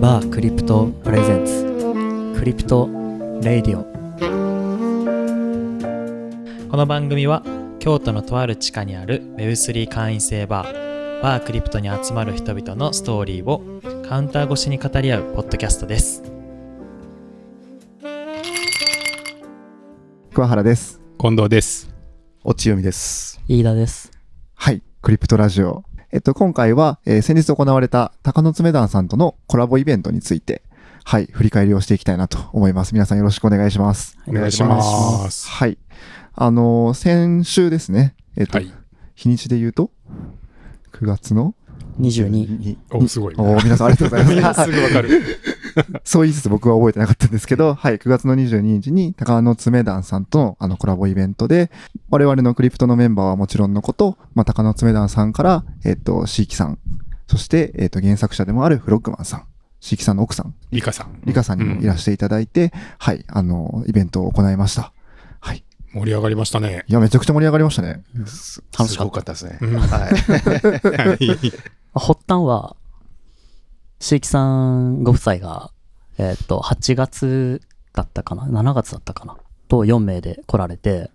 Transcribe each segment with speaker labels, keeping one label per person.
Speaker 1: バークリプトプレゼンツクリプトレイディオ
Speaker 2: この番組は京都のとある地下にある Web3 会員制バーバークリプトに集まる人々のストーリーをカウンター越しに語り合うポッドキャストです
Speaker 3: 桑原です。
Speaker 4: 近藤です。
Speaker 3: 落ち読みです。
Speaker 1: 飯田です
Speaker 3: はい。クリプトラジオ。えっと、今回は、えー先日行われた高野爪団さんとのコラボイベントについて、はい、振り返りをしていきたいなと思います。皆さんよろしくお願いします。
Speaker 4: お願いします。
Speaker 3: はい。あのー先週ですね。えっと、
Speaker 4: はい。
Speaker 3: 日にちで言うと、9月の
Speaker 1: 22
Speaker 3: 2
Speaker 4: お、すごい。
Speaker 3: おー皆さんありがとうございます。
Speaker 4: すぐわかる。
Speaker 3: そう言いつつ僕は覚えてなかったんですけど、はい、9月の22日に高野爪団さんとのあのコラボイベントで、我々のクリプトのメンバーはもちろんのこと、まあ、高野爪団さんから、えっ、と、シーキさん、そして、えっ、と、原作者でもあるフロッグマンさん、シーキさんの奥さん、
Speaker 4: リカさん。
Speaker 3: リカさんにもいらしていただいて、はい、あの、イベントを行いました。はい。
Speaker 4: 盛り上がりましたね。
Speaker 3: いや、めちゃくちゃ盛り上がりましたね。
Speaker 5: 楽しかったですね。
Speaker 4: うん
Speaker 5: はい。
Speaker 4: はい。
Speaker 6: 発端は、椎木さんご夫妻が、えっ、と、8月だったかな ?7 月だったかなと4名で来られて、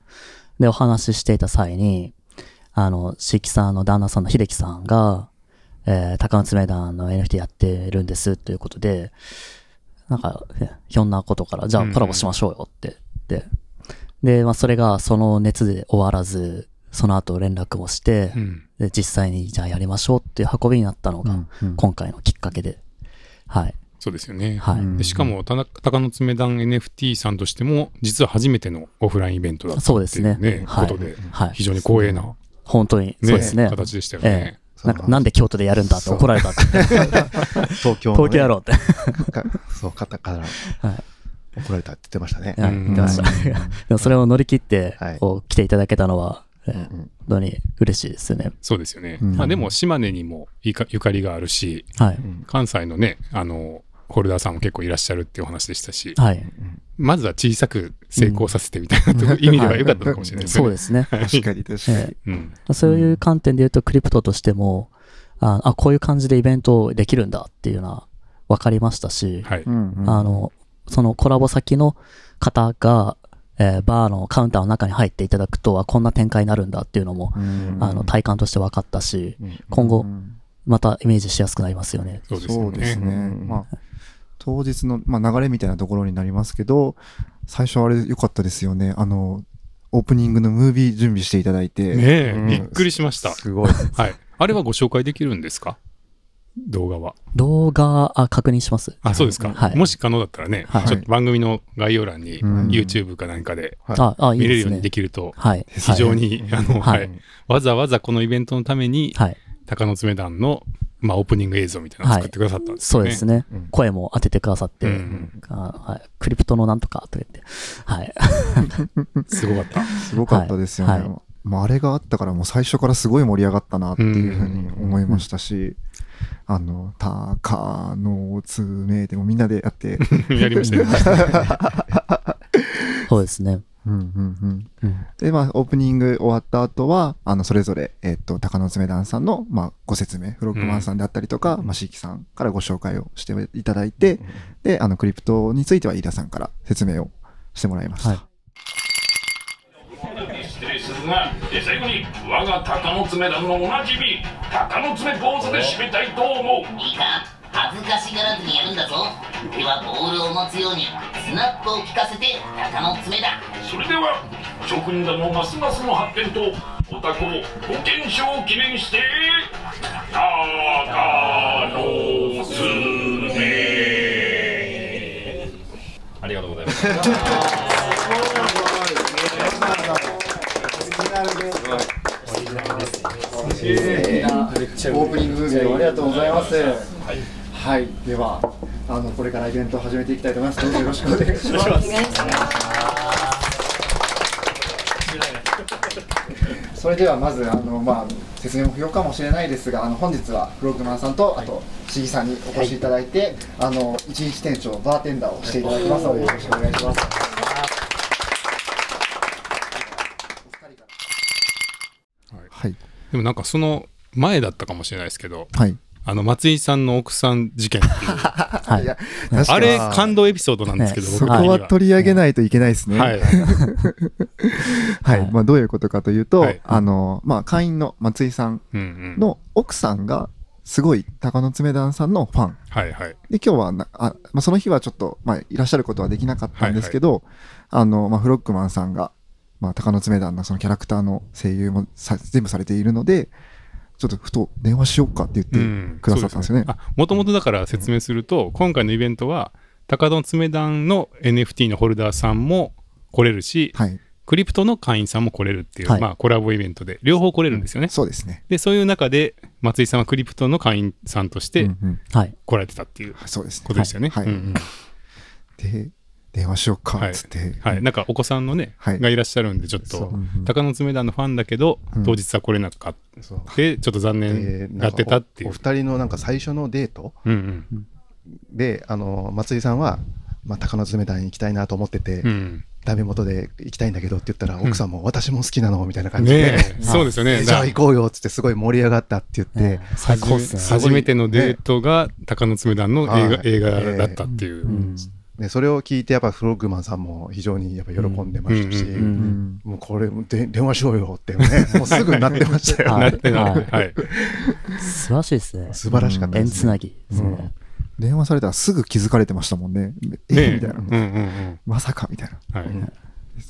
Speaker 6: で、お話ししていた際に、あの、椎木さんの旦那さんの秀樹さんが、えー、高松名団の NFT やってるんですということで、なんか、えひょんなことから、じゃあコラボしましょうよって言って、で、まあ、それがその熱で終わらず、その後連絡をして、
Speaker 4: うん
Speaker 6: で、実際にじゃあやりましょうっていう運びになったのが、今回のきっかけで。はい。
Speaker 4: そうですよね。
Speaker 6: はい。
Speaker 4: でしかも、たな高野爪団 NFT さんとしても、実は初めてのオフラインイベントだった
Speaker 6: そうで
Speaker 4: って
Speaker 6: す
Speaker 4: い
Speaker 6: ね
Speaker 4: うね、
Speaker 6: はい
Speaker 4: ことで、
Speaker 6: はい。
Speaker 4: 非常に光栄な、
Speaker 6: 本当に、そうですね。
Speaker 4: 形でしたよね。
Speaker 6: ええなんか、なんで京都でやるんだって怒られた って。
Speaker 5: 東京のね
Speaker 6: 東京やろうって。
Speaker 5: かそう、方から
Speaker 6: はい
Speaker 5: 怒られたって言ってましたね。
Speaker 6: はい
Speaker 4: うん
Speaker 6: 言ってました でもそれを乗り切って
Speaker 5: はい、
Speaker 6: こう、来ていただけたのは、ええ
Speaker 5: うん
Speaker 6: 本当に嬉しいですよね。
Speaker 4: そうですよね。
Speaker 3: うん
Speaker 4: まあでも、島根にもゆかゆかりがあるし、
Speaker 6: はい。
Speaker 4: 関西のね、あの、ホルダーさんも結構いらっしゃるっていうお話でしたし、
Speaker 6: はい。
Speaker 4: まずは小さく成功させてみたいなとこ意味では良かったのかもしれないです
Speaker 6: そう
Speaker 4: よ
Speaker 6: で
Speaker 4: ね。
Speaker 6: すね。
Speaker 3: 確かに確かに。
Speaker 6: ええ
Speaker 4: うん
Speaker 6: そういう観点で言うと、クリプトとしても、あ、あこういう感じでイベントできるんだっていうのは分かりましたし、
Speaker 4: はい。
Speaker 3: うんうん
Speaker 6: あの、そのコラボ先の方が、えーバーのカウンターの中に入っていただくと、あ、こんな展開になるんだっていうのも、
Speaker 3: うん
Speaker 6: あの、体感として分かったし、
Speaker 5: うん
Speaker 6: 今
Speaker 3: う
Speaker 6: 後、
Speaker 3: ん
Speaker 6: またイメージしやすくなりますよね。
Speaker 4: そうです
Speaker 3: そ
Speaker 4: よ
Speaker 3: うです
Speaker 4: ね。
Speaker 3: ね。
Speaker 5: うん
Speaker 3: まあ、当日の、まあ、流れみたいなところになりますけど、最初あれ良かったですよね。あの、オープニングのムービー準備していただいて、
Speaker 4: ねえ
Speaker 5: うん
Speaker 4: びっくりしました。
Speaker 5: すごい。
Speaker 4: はい。あれはご紹介できるんですか動画は。
Speaker 6: 動画、あ、確認します。
Speaker 4: あ、そうですか。
Speaker 6: はい
Speaker 4: もし可能だったらね、
Speaker 6: はい
Speaker 4: ちょっと番組の概要欄に
Speaker 3: うん
Speaker 4: YouTube かなんかで
Speaker 6: あ、あ、い
Speaker 4: 見
Speaker 6: い
Speaker 4: れる
Speaker 6: で
Speaker 4: よ
Speaker 6: す
Speaker 4: うに
Speaker 6: ね
Speaker 4: で。きると、
Speaker 6: はい。
Speaker 4: 非常に、あの、は、
Speaker 6: はいい
Speaker 4: わざわざこのイベントのために、
Speaker 6: はい。はい。
Speaker 4: 鷹の爪団の、まあ、オープニング映像みたいなのを作ってくださったんです
Speaker 6: そ
Speaker 4: よ
Speaker 6: う
Speaker 4: ね。
Speaker 6: ですね、
Speaker 5: うん
Speaker 6: 声も当ててくださって、
Speaker 4: うん
Speaker 6: あはい、クリプトのなんとかとか言って、はい。
Speaker 4: すごかった。
Speaker 3: すごかったですよね。
Speaker 6: はいはい
Speaker 3: まあ、あれがあったから、もう最初からすごい盛り上がったなっていうふうに思いましたし、あの、たかのつめでもみんなでやって、
Speaker 4: やりましたよね。
Speaker 6: そうですね。
Speaker 3: うんうんうん
Speaker 6: うん
Speaker 3: で、まあ、オープニング終わった後は、あの、それぞれ、えっ、と、高野爪団さんの、まあ、ご説明、フロッグマンさんであったりとか、まあ、シーキさんからご紹介をしていただいて、で、あの、クリプトについては、飯田さんから説明をしてもらいました。
Speaker 6: はい
Speaker 7: 失礼するがえ最後に我が鷹の爪団のおなじみ鷹の爪坊主で締めたいと思う
Speaker 8: いいか恥ずかしがらずにやるんだぞではボールを持つようにスナップを効かせて鷹の爪だ
Speaker 7: それでは職人団のますますの発展とおたこご健勝を記念して鷹の爪ありがとうございます
Speaker 3: オープニングムービーをありがとうございます。はい、では、あの、これからイベントを始めていきたいと思います。どうぞよろしくお願いします。それではまずあの、まあ、説明も不要かもしれないですがあの本日はフロッグマンさんと、あと市議さんにお越しいただいて、あの一日店長バーテンダーをしていただきますのでよろしくお願いします。はい、
Speaker 4: でもなんかその前だったかもしれないですけど、
Speaker 3: はい。
Speaker 4: あの、松井さんの奥さん事件っていう、
Speaker 6: はい。
Speaker 3: 確か
Speaker 4: あ
Speaker 3: に
Speaker 4: れ感動エピソードなんですけど、
Speaker 6: ね
Speaker 3: そ
Speaker 4: 僕
Speaker 3: こ
Speaker 4: 的に
Speaker 3: は取り上げないといけないですね。
Speaker 4: はい。
Speaker 3: はい
Speaker 6: はい
Speaker 3: まあ、どういうことかというと、
Speaker 4: はい
Speaker 3: あのまあ、会員の松井さん
Speaker 4: うんうん。
Speaker 3: の奥さんがすごい高野爪団さんのファン
Speaker 4: はいはい。
Speaker 3: で今日はなあ、まあ、その日はちょっと、まあ、いらっしゃることはできなかったんですけど、あのまあ、フロックマンさんが、まあ、高野爪団のそのキャラクターの声優もさ全部されているのでちょっとふと電話しようかって言ってくださったんですよね。
Speaker 4: もともとだから説明すると、今回のイベントは、高田の爪団の NFT のホルダーさんも来れるし、
Speaker 3: はい、
Speaker 4: クリプトの会員さんも来れるっていう、
Speaker 6: はい
Speaker 4: まあコラボイベントで、両方来れるんですよね。
Speaker 3: そうですね。
Speaker 4: で、そういう中で、松井さんはクリプトの会員さんとして
Speaker 3: うんうん
Speaker 6: はい。
Speaker 4: 来られてたっていう
Speaker 3: そうですね。
Speaker 4: ことでしたよね。
Speaker 3: はい。
Speaker 4: うんうん
Speaker 3: で、電話しようかっつって、
Speaker 4: はい、なんかお子さんのね、
Speaker 3: はい
Speaker 4: がいらっしゃるんで、ちょっ
Speaker 5: そう
Speaker 4: と
Speaker 3: うんうん、
Speaker 4: 鷹の爪団のファンだけど、
Speaker 3: うん
Speaker 4: 当日は来れなかっ
Speaker 5: そう
Speaker 4: たで、ちょっと残
Speaker 5: で
Speaker 4: 念
Speaker 5: な
Speaker 4: や
Speaker 5: ん
Speaker 4: っ
Speaker 5: か
Speaker 4: てたってい
Speaker 5: お
Speaker 4: う
Speaker 5: お。二人のなんか最初のデート
Speaker 4: うん
Speaker 5: で、あの松井さんは、まあ、高野爪団に行きたいなと思ってて、
Speaker 4: うん。うん
Speaker 5: ダメ元で行きたいんだけどって言ったら、
Speaker 4: ん
Speaker 5: 奥さんも私も好きなのみたいな感じで、
Speaker 4: ねえ、そうですよね。
Speaker 5: じゃあ
Speaker 4: だ
Speaker 5: 行こうよっつって、すごい盛り上がったって言って、
Speaker 6: 最高っすね。
Speaker 4: 初めてのデートが鷹の爪団の映
Speaker 5: は
Speaker 4: 画
Speaker 5: い
Speaker 4: 映画だったっていう。
Speaker 6: うん
Speaker 5: でそれを聞いて、やっぱフロッグマンさんも非常にやっぱ喜んでましたし、
Speaker 4: うんうん
Speaker 6: う。
Speaker 3: うんん
Speaker 5: もうこれ、で電話しようよ ってね、もうすぐなってましたよ。
Speaker 6: は
Speaker 4: ないってなる。
Speaker 6: は
Speaker 4: はい。
Speaker 6: 素晴らしいですね。
Speaker 5: 素晴らしかった
Speaker 6: 縁
Speaker 5: です
Speaker 6: つ
Speaker 5: ね。
Speaker 6: なぎですね。
Speaker 3: 電話されたらすぐ気づかれてましたもんね。え
Speaker 4: ね
Speaker 3: みたいな、
Speaker 4: うんうん
Speaker 3: まさかみたいな。
Speaker 4: うん。はい。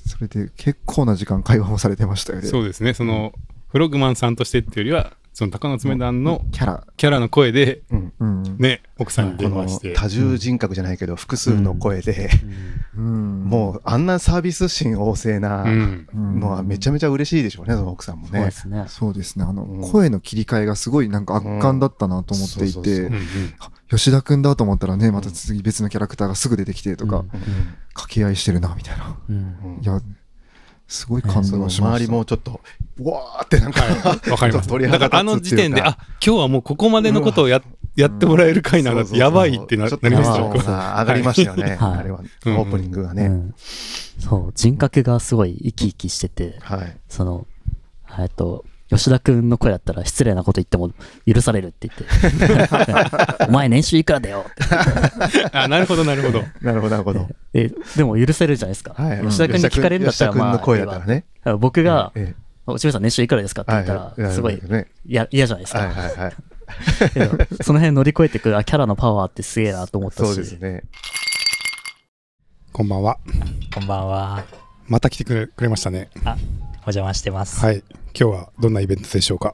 Speaker 3: それで結構な時間会話もされてましたよね。
Speaker 4: そうですね。その、フロッグマンさんとしてっていうよりは、その鷹の爪団の
Speaker 3: キャラ。
Speaker 4: キャラの声で、
Speaker 5: うん
Speaker 3: うん。
Speaker 4: ね、奥さんに
Speaker 5: こ
Speaker 4: 電
Speaker 5: の
Speaker 4: 話して。
Speaker 5: 多重人格じゃないけど、複数の声で、
Speaker 3: うん、
Speaker 5: もうあんなサービス心旺盛な
Speaker 4: うん。
Speaker 5: のはめちゃめちゃ嬉しいでしょうね、その奥さんも
Speaker 6: そう
Speaker 5: ね
Speaker 6: で。すね。
Speaker 3: そうですね。あの、
Speaker 5: うん
Speaker 3: 声の切り替えがすごいなんか圧巻だったなと思ってい
Speaker 5: うんそうそう
Speaker 3: て
Speaker 5: そ
Speaker 4: うんう、ん
Speaker 3: あ吉田くんだと思ったらね、また次別のキャラクターがすぐ出てきてとか、
Speaker 6: うん
Speaker 3: 掛け合いしてるな、みたいな。
Speaker 6: うん。
Speaker 5: うん
Speaker 3: いや、すごい感
Speaker 5: そ
Speaker 3: 動
Speaker 5: の
Speaker 3: しま
Speaker 5: 周
Speaker 3: した。
Speaker 5: りもちょっと、うわーってなんか、
Speaker 4: わかりま
Speaker 5: ちょっと
Speaker 4: す。
Speaker 5: 鳥
Speaker 4: だ
Speaker 5: 肌
Speaker 4: からあの
Speaker 5: 立つ
Speaker 4: 時
Speaker 5: っていう
Speaker 4: 点
Speaker 5: か
Speaker 4: で、あ今日はもうここまでのことをややってもらえる回なんだっ
Speaker 5: そ
Speaker 4: て、
Speaker 5: うそう
Speaker 4: や
Speaker 5: そう
Speaker 4: ばいってな
Speaker 5: ちょっ
Speaker 4: な
Speaker 5: と
Speaker 4: り
Speaker 5: テ
Speaker 4: ま
Speaker 5: ン
Speaker 4: し
Speaker 5: シ
Speaker 4: た
Speaker 5: ョ
Speaker 4: よ
Speaker 5: ン
Speaker 4: 僕は。
Speaker 5: が上がりましたよね、
Speaker 6: はい
Speaker 5: あれは、オ
Speaker 4: うん
Speaker 5: ープニングが
Speaker 6: う
Speaker 5: ね。
Speaker 6: んそう、人格がすごい生き生きしてて、
Speaker 5: はい。
Speaker 6: その、えっと、吉田君の声だったら失礼なこと言っても許されるって言って、お 前年収いくらだよって
Speaker 4: あ、なるほど、なるほど。
Speaker 5: なるほど、なるほど。
Speaker 6: えでも許せるじゃないですか。
Speaker 5: はい
Speaker 6: 吉田君に聞かれるんだったら、
Speaker 5: 吉田君
Speaker 6: まあ、
Speaker 5: の声だったらね
Speaker 6: いや僕が、
Speaker 5: え
Speaker 6: 落合さん年収いくらですかって言った
Speaker 5: はい
Speaker 6: ら、
Speaker 5: はい
Speaker 6: すご
Speaker 5: い
Speaker 6: い
Speaker 5: やね
Speaker 6: 嫌嫌じゃないです
Speaker 5: えはい
Speaker 6: か。
Speaker 5: はいはい。
Speaker 6: けどその辺乗り越えてくるあキャラのパワーってすげえなと思った
Speaker 5: そう
Speaker 6: し
Speaker 5: で、すね。
Speaker 9: こんばんは。
Speaker 2: こんばんは。
Speaker 9: また来てくれくれましたね。
Speaker 2: お邪魔してます。
Speaker 9: はい。今日はどんなイベントでしょうか。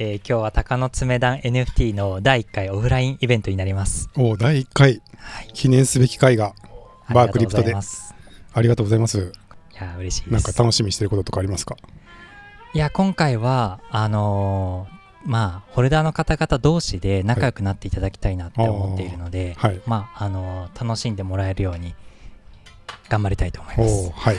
Speaker 10: えー今日は鷹の爪団 NFT の第1回オフラインイベントになります。
Speaker 9: おー第1回、
Speaker 10: はい、
Speaker 9: 記念すべき回が、バークリプトで
Speaker 10: ありがとうございま。す
Speaker 9: ありがとうございます。
Speaker 10: いやー嬉しいで
Speaker 9: なんか
Speaker 10: す。
Speaker 9: 楽しみにしてることとかありますか
Speaker 10: いや今回はあのーまあホルダーの方々同士で仲良くなっていただきたいなって思っているので、
Speaker 9: はい。
Speaker 10: まああのー楽しんでもらえるように頑張りたいと思いま
Speaker 9: おー
Speaker 10: す。
Speaker 9: はい。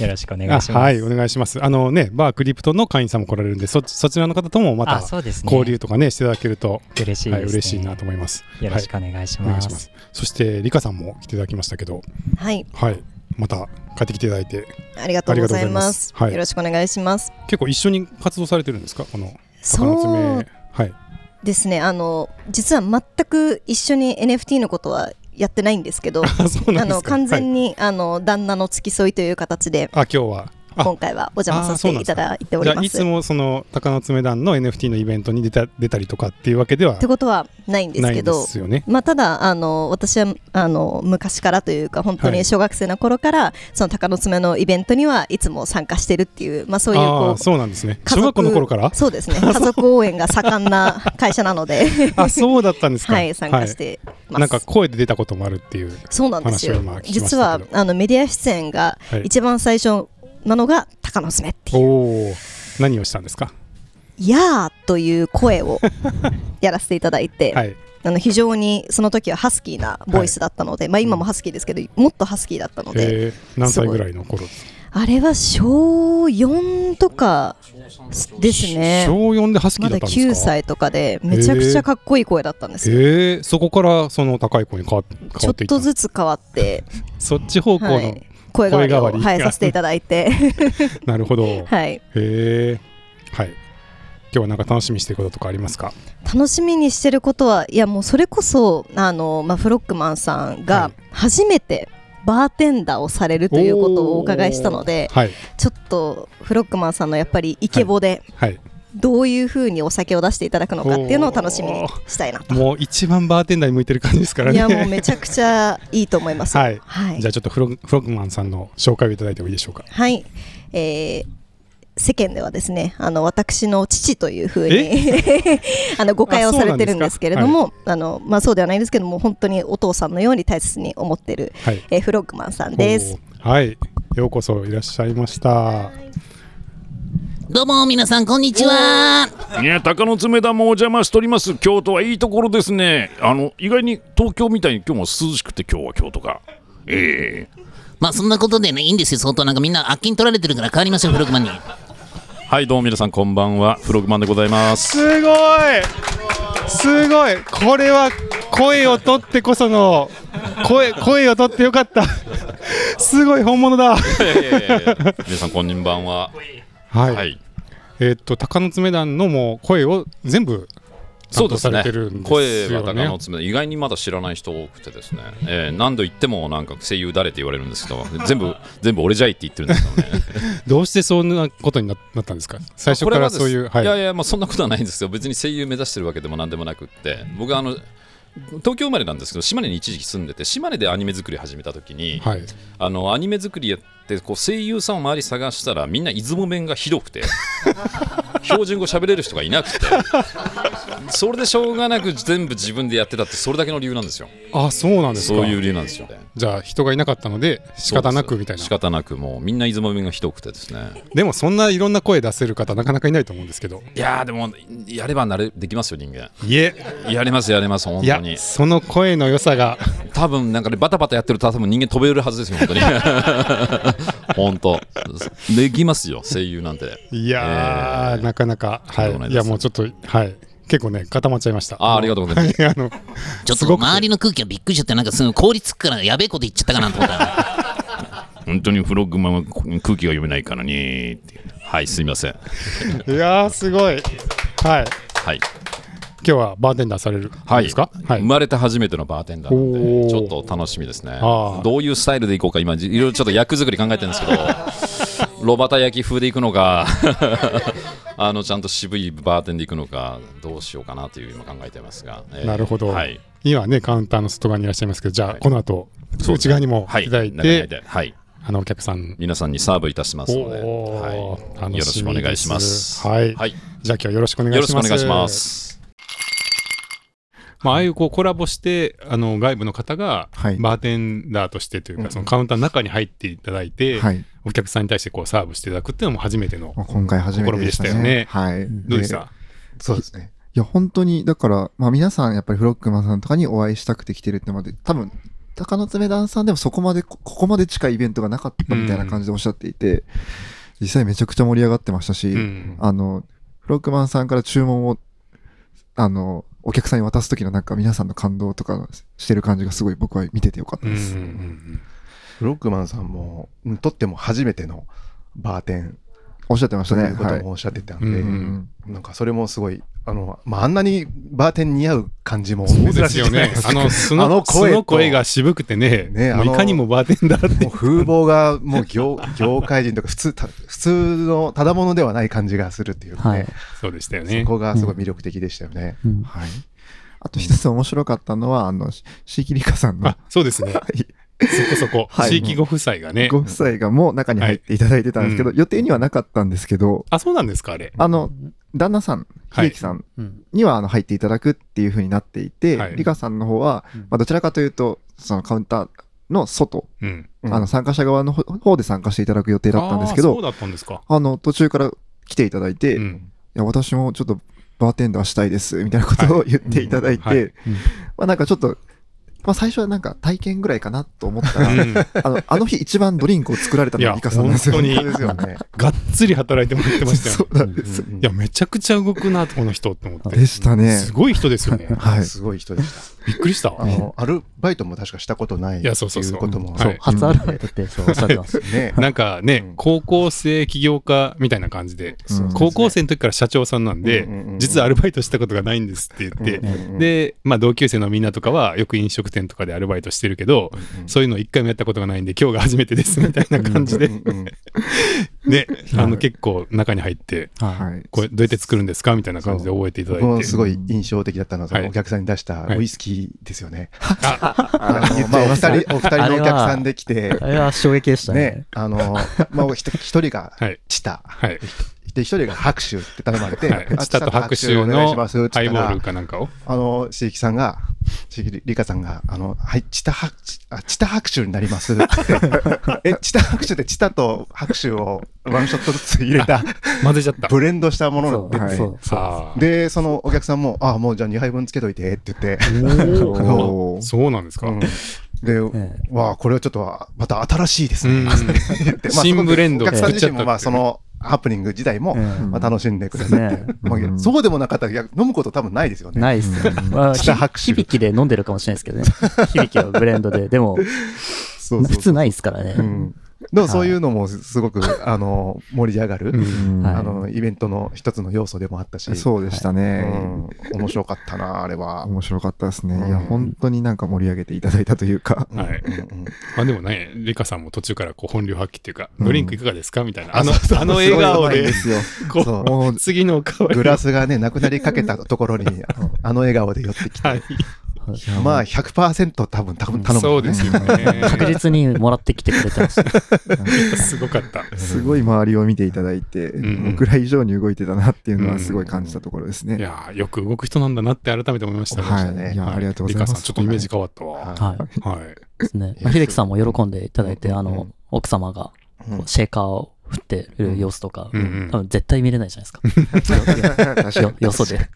Speaker 10: よろしくお願いします。
Speaker 9: あはい、お願いします。あのね、バークリプトの会員さんも来られるんで、そそちらの方ともま
Speaker 10: あ
Speaker 9: た
Speaker 10: そうですね。
Speaker 9: 交流とかね、していただけると、
Speaker 10: 嬉しいです、ね
Speaker 9: はい、嬉しいなと思います。
Speaker 10: よろしくお願いし
Speaker 9: お願
Speaker 10: ま
Speaker 9: い
Speaker 10: す。
Speaker 9: します。そして、リカさんも来ていただきましたけど、
Speaker 11: はい、
Speaker 9: はい。また帰ってきていただいて、
Speaker 11: ありがと
Speaker 9: あ
Speaker 11: うございます。
Speaker 9: りがとうございますはい
Speaker 11: よろしくお願いします。
Speaker 9: 結構一緒に活動されてるんですかこの、鷹の
Speaker 11: そ
Speaker 9: 爪
Speaker 11: う。
Speaker 9: はい。
Speaker 11: ですね、あの実は全く一緒に NFT のことはやってないんですけど、あ
Speaker 9: あ、そうなんです
Speaker 11: の
Speaker 9: か。
Speaker 11: 完
Speaker 9: はい
Speaker 11: 全に、あの旦那の付き添いという形で
Speaker 9: あ、今日は。あ
Speaker 11: 今回はお邪魔させていただいて
Speaker 9: じ
Speaker 11: おり
Speaker 9: ゃあ
Speaker 11: ま
Speaker 9: い
Speaker 11: す。
Speaker 9: つもその鷹の爪団の NFT のイベントに出た出たりとかっていうわけでは
Speaker 11: ってことはないんです
Speaker 9: ない
Speaker 11: け
Speaker 9: んで
Speaker 11: ど。
Speaker 9: すよね。
Speaker 11: まあ、ただあの私はあの昔からというか本当
Speaker 9: は
Speaker 11: に
Speaker 9: い
Speaker 11: 小学生の頃から、その鷹の爪のイベントにはいつも参加してるっていう、まあ、そういう
Speaker 9: あ
Speaker 11: こ
Speaker 9: あ
Speaker 11: う
Speaker 9: そうなんですね。
Speaker 11: 家
Speaker 9: 小
Speaker 11: 族
Speaker 9: 学校の頃 から
Speaker 11: そうで すね家族応援が盛んな会社なので
Speaker 9: あそうだったんですか。
Speaker 11: はい、参加してます。
Speaker 9: なんか声で出たこともあるっていう。
Speaker 11: そうなんですよ
Speaker 9: 話を今聞。きましたけど
Speaker 11: 実はあのメディア出演が
Speaker 9: はい
Speaker 11: 一番最初なのが高野爪って
Speaker 9: お
Speaker 11: いう、
Speaker 9: お何をしたんですか。
Speaker 11: やーという 声をやらせていただいて、
Speaker 9: はい。
Speaker 11: あの非常にその時はハスキーなボイスだったので、まあ今もハスキーですけど、もっとハスキーだったので、
Speaker 9: えー、何歳ぐらいの頃ですか。
Speaker 11: あれは小4とかですね。
Speaker 9: 小四でハスキ
Speaker 11: ま
Speaker 9: ーだ
Speaker 11: だ
Speaker 9: ったんですか。
Speaker 11: 9歳とかでめちゃくちゃかっこいい声だったんですよ。
Speaker 9: えー、そこからその高い子に変わ変
Speaker 11: ち
Speaker 9: わ
Speaker 11: ょ
Speaker 9: っ
Speaker 11: って
Speaker 9: いった
Speaker 11: とずつ変わ って、
Speaker 9: つそっち方向の、
Speaker 11: はい、声変わりを
Speaker 9: 声変わり
Speaker 11: はい、させていただいて、
Speaker 9: なるほど、
Speaker 11: はい、
Speaker 9: へえはい
Speaker 4: 今日はなんか楽しみにしてることとかありますか
Speaker 11: 楽しみにしてることはいやもうそれこそあの、まあ、フロックマンさんが初めてバーテンダーをされるということをお伺いしたので、
Speaker 4: はい
Speaker 11: ちょっとフロックマンさんのやっぱりイケボで、
Speaker 4: はい
Speaker 11: どういうふうにお酒を出していただくのかっていうのを楽しみにしたいな
Speaker 4: もう一番バーテンダーに向いてる感じですから
Speaker 11: い
Speaker 4: ね
Speaker 11: やもうめちゃくちゃいいと思います
Speaker 4: はい、
Speaker 11: はい
Speaker 4: じゃあちょっとフロフロッグマンさんの紹介をいただいてもいいでしょうか
Speaker 11: はい、えー世間ではですねあの私の父というふうに
Speaker 4: え
Speaker 11: あの誤解をされてるんですけれど
Speaker 12: あ
Speaker 11: もあの、まあ、そうではないんですけども本当にお父さんのように大切に思ってる、
Speaker 4: はい
Speaker 11: えーフロッグマンさんです。
Speaker 4: はいようこそいらっしゃいました
Speaker 6: どうも皆さんこんにちは。
Speaker 7: いや鷹の爪玉お邪魔しております京都はいいところですねあの意外に東京みたいに今日も涼しくて今日は京都がええ
Speaker 6: まあそんなことでねいいんですよ相当なんかみんなあっきに取られてるから帰りましょうフログマンに。
Speaker 13: はいどうも皆さんこんばんはフログマンでございます
Speaker 4: すごいすごいこれは声を取ってこその声声を取ってよかったすごい本物だ
Speaker 13: いやいやいやいや皆さんこんばんは
Speaker 4: はい、えーっと鷹の爪団のもう声を全部担
Speaker 13: そうで
Speaker 4: 当
Speaker 13: す
Speaker 4: され
Speaker 13: ね
Speaker 4: てるんですよね
Speaker 13: 声は高野爪意外にまだ知らない人多くてですね、えー何度言ってもなんか声優誰って言われるんですけど全部全部俺じゃいって言ってるんですけどね
Speaker 4: どうしてそんなことにななったんですか最初からそういう
Speaker 13: これはですい、
Speaker 4: は
Speaker 13: やいや、まあ、そんなことはないんですよ別に声優目指してるわけでもなんでもなくって僕はあの東京生まれなんですけど島根に一時期住んでて島根でアニメ作り始めた時に、
Speaker 4: はい
Speaker 13: あのアニメ作りやってこう声優さんを周り探したらみんな出雲弁がひどく て標準語喋れる人がいなくてそれでしょうがなく全部自分でやってたってそれだけの理由なんですよ
Speaker 4: あそうなんですか
Speaker 13: そういう理由なんですよ
Speaker 4: じゃあ人がいなかったので仕方なくみたいな
Speaker 13: 仕方なくもうみんな出雲弁がひどくてですね
Speaker 4: でもそんないろんな声出せる方なかなかいないと思うんですけど
Speaker 13: いやーでもやればなれできますよ人間
Speaker 4: いえ
Speaker 13: やれますやれます本
Speaker 4: い
Speaker 13: 当
Speaker 4: や
Speaker 13: に
Speaker 4: その声の良さが
Speaker 13: 多分なんかねバタバタやってると多分人間飛べるはずですよ本当に 本当できますよ声優なんて
Speaker 4: いやー、なかなか、は
Speaker 13: とんでもない
Speaker 4: い、い
Speaker 13: です
Speaker 4: やもうちょっと、はい、結構ね、固まっちゃいました。
Speaker 13: あーありがとうございます
Speaker 4: はいあの
Speaker 6: ちょっと周りの空気がびっくりしちゃってなんかすごい凍りつくからやべえこと言っちゃったかなと思ったら。
Speaker 7: 本当にフロッグマンは空気が読めないからねって
Speaker 13: はいすみません
Speaker 4: いやー、すごい。はい。
Speaker 13: はい
Speaker 4: 今日はバーテンダーされるんですか、はい
Speaker 13: 生まれて初めてのバーテンダーなん
Speaker 4: お
Speaker 13: で
Speaker 4: ー
Speaker 13: ちょっと楽しみですね
Speaker 4: あー
Speaker 13: どういうスタイルでいこうか今じいろいろちょっと役作り考えてるんですけどロバタ焼き風でいくのか あのちゃんと渋いバーテンでいくのかどうしようかなという今考えてますが、えー
Speaker 4: なるほど、
Speaker 13: はい
Speaker 4: 今ね、カウンターの外側にいらっしゃいますけど、じゃあ、この後、
Speaker 13: そうですね
Speaker 4: 内側にも
Speaker 13: はい
Speaker 4: いただい、
Speaker 13: 中に入っててはい
Speaker 4: あのお客さん、
Speaker 13: 皆さんにサーブいたしますので、
Speaker 4: おー
Speaker 13: はい、
Speaker 4: 楽
Speaker 13: よろしくお
Speaker 4: みです
Speaker 13: 願いします。
Speaker 4: はい、
Speaker 13: はい
Speaker 4: じゃあ今日よろしくお願いします。
Speaker 13: よろしくお願いします。
Speaker 4: まあ、ああいうこうコラボしてあの外部の方がバーテンダーとしてというか、そのカウンターの中に入っていただいて、
Speaker 3: はい
Speaker 4: お客さんに対してこうサーブしていただくっていうのも初めての
Speaker 3: まあ今回初めて
Speaker 4: 試み
Speaker 3: で
Speaker 4: で
Speaker 3: し
Speaker 4: したた
Speaker 3: ね
Speaker 4: よね。
Speaker 3: はい
Speaker 4: どうでした
Speaker 5: そうですね。
Speaker 3: いや、本当に、だから、まあ皆さん、やっぱりフロックマンさんとかにお会いしたくて来てるってまで、多分、高野爪団さんでもそこまでこ、ここまで近いイベントがなかったみたいな感じでおっしゃっていて、実際めちゃくちゃ盛り上がってましたし、
Speaker 4: ん
Speaker 3: あの、フロックマンさんから注文を、あの、お客さんに渡す時のなんか皆さんの感動とかしてる感じがすごい僕は見ててよかったです。
Speaker 5: フロックマンさんも、うんとっても初めてのバーテン。
Speaker 3: おっしゃってましたね
Speaker 5: ということ
Speaker 3: はい
Speaker 5: もおっしゃってたん
Speaker 3: うん
Speaker 5: で、
Speaker 3: うん
Speaker 5: なんかそれもすごい、あの、まあ、あんなにバーテン似合う感じも
Speaker 4: そう
Speaker 5: 珍
Speaker 4: で
Speaker 5: し
Speaker 4: す
Speaker 5: い
Speaker 4: よ
Speaker 5: じゃない
Speaker 4: ね
Speaker 5: です。か。
Speaker 4: あの素の素の声が渋くてね、
Speaker 5: ね
Speaker 4: もう
Speaker 5: あの
Speaker 4: いかにもバーテンダーって。
Speaker 5: もう風貌がもう業業界人とか普通た普通のただものではない感じがするっていうかね、
Speaker 4: はいそうでしたよね
Speaker 5: そこがすごい魅力的でしたよね、
Speaker 3: はいあと一つ面白かったのは、あの、し椎木里香さんの。
Speaker 4: そうですね。
Speaker 3: はい
Speaker 4: そこそこ、
Speaker 3: はい
Speaker 4: 地域ご夫妻がね。
Speaker 3: ご夫妻がもう中に入っていただいてたんですけど、
Speaker 4: はい
Speaker 3: 予定にはなかったんですけど、
Speaker 4: あ、そうなんですか、あれ。
Speaker 3: あの、旦那さん、
Speaker 4: はい
Speaker 3: 秀樹さんにはあの入っていただくっていうふうになっていて、
Speaker 4: はい
Speaker 3: リカさんの方は、まあ、どちらかというと、そのカウンターの外、
Speaker 4: うん
Speaker 3: あの参加者側のほ方で参加していただく予定だったんですけ
Speaker 4: あー
Speaker 3: ど、
Speaker 4: そうだったんですか
Speaker 3: あの途中から来ていただいて、いや私もちょっとバーテンダーしたいですみたいなことを言っていただいて、
Speaker 4: はいうん
Speaker 3: まあ、なんかちょっと、まあ、最初はなんか体験ぐらいかなと思ったら、
Speaker 4: うん
Speaker 3: あのあの日一番ドリンクを作られた
Speaker 4: い
Speaker 3: の
Speaker 4: や
Speaker 3: はリカさんなんです よ
Speaker 4: 本当にがっつり働いてもらってましたよ。そうなんです。いや、めちゃくちゃ動くな、この人って思って。
Speaker 3: でしたね
Speaker 4: すごい人ですよね。
Speaker 3: はい
Speaker 5: すごい人でした。
Speaker 4: びっくりした
Speaker 5: あのアルバイトも確かしたことない
Speaker 4: いやそうそうそう
Speaker 5: っていうことも
Speaker 4: そうはい初
Speaker 6: アルバイトってそうおっしゃってます
Speaker 5: ね
Speaker 4: なんかね、高校生起業家みたいな感じで、高校生の時から社長さんなんで、実はアルバイトしたことがないんですって言って、で、まあ、同級生のみんなとかはよく飲食店とかでアルバイトしてるけど、そういうの一回もやったことがないんで今日が初めてですみたいな感じで、 ねあの結構中に入って、
Speaker 5: はい
Speaker 4: これどうやって作るんですかみたいな感じで覚えていただい
Speaker 5: 僕も
Speaker 4: て。
Speaker 5: すごい印象的だったのは、その
Speaker 4: はい
Speaker 5: お客さんに出した
Speaker 4: はい
Speaker 5: ウイスキーですよね。
Speaker 6: あ
Speaker 5: あの言って
Speaker 6: まあ
Speaker 5: お二
Speaker 6: あ
Speaker 5: 人お二人のお客さんで来て、
Speaker 6: あれは衝撃でしたね
Speaker 5: あの、まあ、ひと一人がした、で、一人が拍手って頼まれて、
Speaker 4: はい
Speaker 5: あ
Speaker 4: チタと拍手の
Speaker 5: お願いしますって言ったら
Speaker 4: ハイボールかなんか を
Speaker 5: あの、椎木さんが、椎木里香さんが、あの、はい、チタ拍手、あ、チタ拍手にな りますって。え、チタ拍手ってチタと拍手をワンショットずつ入れた、
Speaker 4: 混ぜちゃった。
Speaker 5: ブレンドしたもので、
Speaker 4: そうそうそう
Speaker 5: で、そのお客さんも、あ、もうじゃあ2杯分つけといてって言って、
Speaker 4: おー
Speaker 5: あの
Speaker 4: そうなんですか。
Speaker 5: で、わあ、これはちょっと、また新しいですね。ってまあ
Speaker 4: 新ブレンド
Speaker 5: お客さん自身も、まあ、
Speaker 4: 作っちゃった
Speaker 5: そ
Speaker 4: っていう
Speaker 5: の、ハプニング自体も、まあ、楽しんでくださって
Speaker 6: ね、
Speaker 5: まあそうでもなかったら、いや飲むこと多分ないですよね。
Speaker 6: ないっすね。まあ、ひ響きで飲んでるかもしれないですけどね。響きはブレンドで。でも、
Speaker 5: そうそう
Speaker 6: 普通ないですからね。
Speaker 5: でもそういうのもすごく、あの盛り上がる、
Speaker 3: うん
Speaker 5: あのイベントの一つの要素でもあったし
Speaker 3: そうでしたね
Speaker 5: うん面白かったなあれは
Speaker 3: 面白かったですね。いや、本当になんか盛り上げていただいたというか。
Speaker 4: はい。まあでもね、リカさんも途中からこう本領発揮っていうか、
Speaker 3: うん
Speaker 4: ドリンクいかがですかみたいな、
Speaker 5: あ
Speaker 4: あの、
Speaker 5: そうそう
Speaker 4: あの笑顔
Speaker 5: すごい上手いん
Speaker 4: で
Speaker 5: ですよ、そう
Speaker 4: こう、次のおかわりを
Speaker 5: グラスがねなくなりかけたと ころにあのあの笑顔で寄ってきて、まあ100%多分多分頼む。
Speaker 4: そうですよね
Speaker 6: 確実にもらってきてくれてました。
Speaker 4: すごかった。
Speaker 3: すごい周りを見ていただいて、
Speaker 4: ん
Speaker 3: 僕ら以上に動いてたなっていうのはすごい感じたところですね。
Speaker 4: いやーよく動く人なんだなって改めて思いましたね。
Speaker 3: はいいやありがとうございます
Speaker 4: リカさん、ちょっとイメージ変わった
Speaker 6: は
Speaker 4: わ。
Speaker 6: い。
Speaker 4: はい。
Speaker 6: ですね。まあ秀樹さんも喜んでいただいて、あの、奥様がこうシェーカーを振ってる様子とか、多
Speaker 4: うんうん
Speaker 6: 分絶対見れないじゃないです
Speaker 4: 確か
Speaker 6: か。
Speaker 4: に
Speaker 6: よよそで。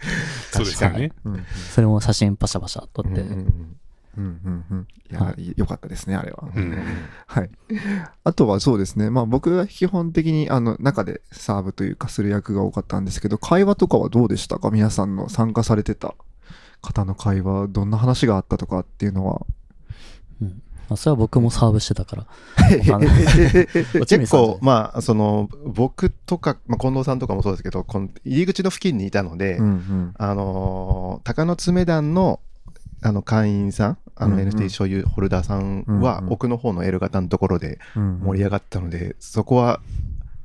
Speaker 4: そうですよね
Speaker 6: はいそれも写真パシャパシャ撮って。
Speaker 3: うんうんうんいや、
Speaker 6: は
Speaker 3: よかったですね、あれは。
Speaker 4: うん
Speaker 3: はい。あとはそうですね、まあ僕は基本的にあの中でサーブというかする役が多かったんですけど、会話とかはどうでしたか皆さんの参加されてた方の会話、どんな話があったとかっていうのは。
Speaker 6: まあそれは僕もサーブしてたからあの
Speaker 5: 結構、まあ、その、僕とか、まあ、近藤さんとかもそうですけど、この入り口の付近にいたので、
Speaker 3: うんうん
Speaker 5: あのー、鷹の爪団の、あの、会員さん、あの、
Speaker 3: うんうん
Speaker 5: NFT 所有ホルダーさん
Speaker 3: う
Speaker 5: は、
Speaker 3: んうん
Speaker 5: 奥の方の L 型のところで
Speaker 3: うん
Speaker 5: 盛り上がったので、そこは、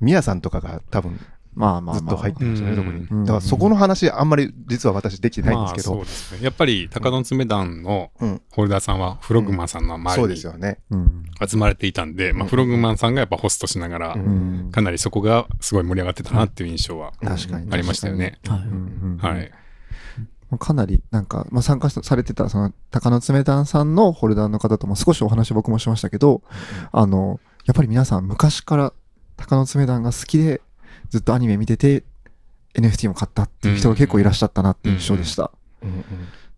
Speaker 5: ミヤさんとかが多分、
Speaker 3: まあまあまあ
Speaker 5: ずっと入ってましたね、
Speaker 4: うん
Speaker 5: そこ
Speaker 4: うんうん
Speaker 5: に。だから、そこの話、あんまり実は私できてないんですけど、
Speaker 4: まあそうですね。やっぱり、高野爪団の
Speaker 5: うん
Speaker 4: ホルダーさんは、フログマンさんの
Speaker 5: そ
Speaker 4: 周
Speaker 5: う
Speaker 4: り
Speaker 5: で
Speaker 4: に
Speaker 5: すよね。
Speaker 4: 集まれていたんで、まあ、フログマンさんがやっぱホストしながら、かなりそこがすごい盛り上がってたなっていう印象は
Speaker 5: 確かに
Speaker 4: ありましたよね。
Speaker 3: うんうんうん
Speaker 4: はい。
Speaker 3: かなりなんか、まあ、参加したされてたその高野爪団さんのホルダーの方とも少しお話僕もしましたけど、あのやっぱり皆さん昔から高野爪団が好きでずっとアニメ見てて NFT も買ったっていう人が結構いらっしゃったなっていう印象でした。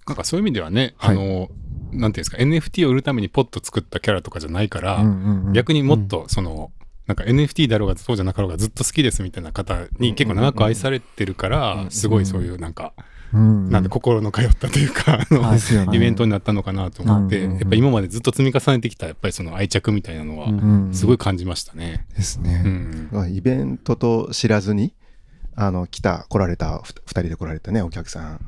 Speaker 4: なんかそういう意味ではね、あの、なんていうんですか、NFT を売るためにポッと作ったキャラとかじゃないから、
Speaker 3: うんうんうん
Speaker 4: 逆にもっとその、なんか NFT だろうがそうじゃなかろうがずっと好きですみたいな方に結構長く愛されてるから、すごいそういうなんか、
Speaker 3: うん
Speaker 4: なんで心の通ったというか、あの
Speaker 3: ですよね
Speaker 4: イベントになったのかなと思って、
Speaker 3: うんうんうん
Speaker 4: やっぱ今までずっと積み重ねてきたやっぱりその愛着みたいなの
Speaker 5: う
Speaker 4: は
Speaker 5: ん
Speaker 4: すごい感じましたね。
Speaker 3: ですね。
Speaker 5: イベントと知らずに、あの、来た、来られた、ふた二人で来られたね、お客さん。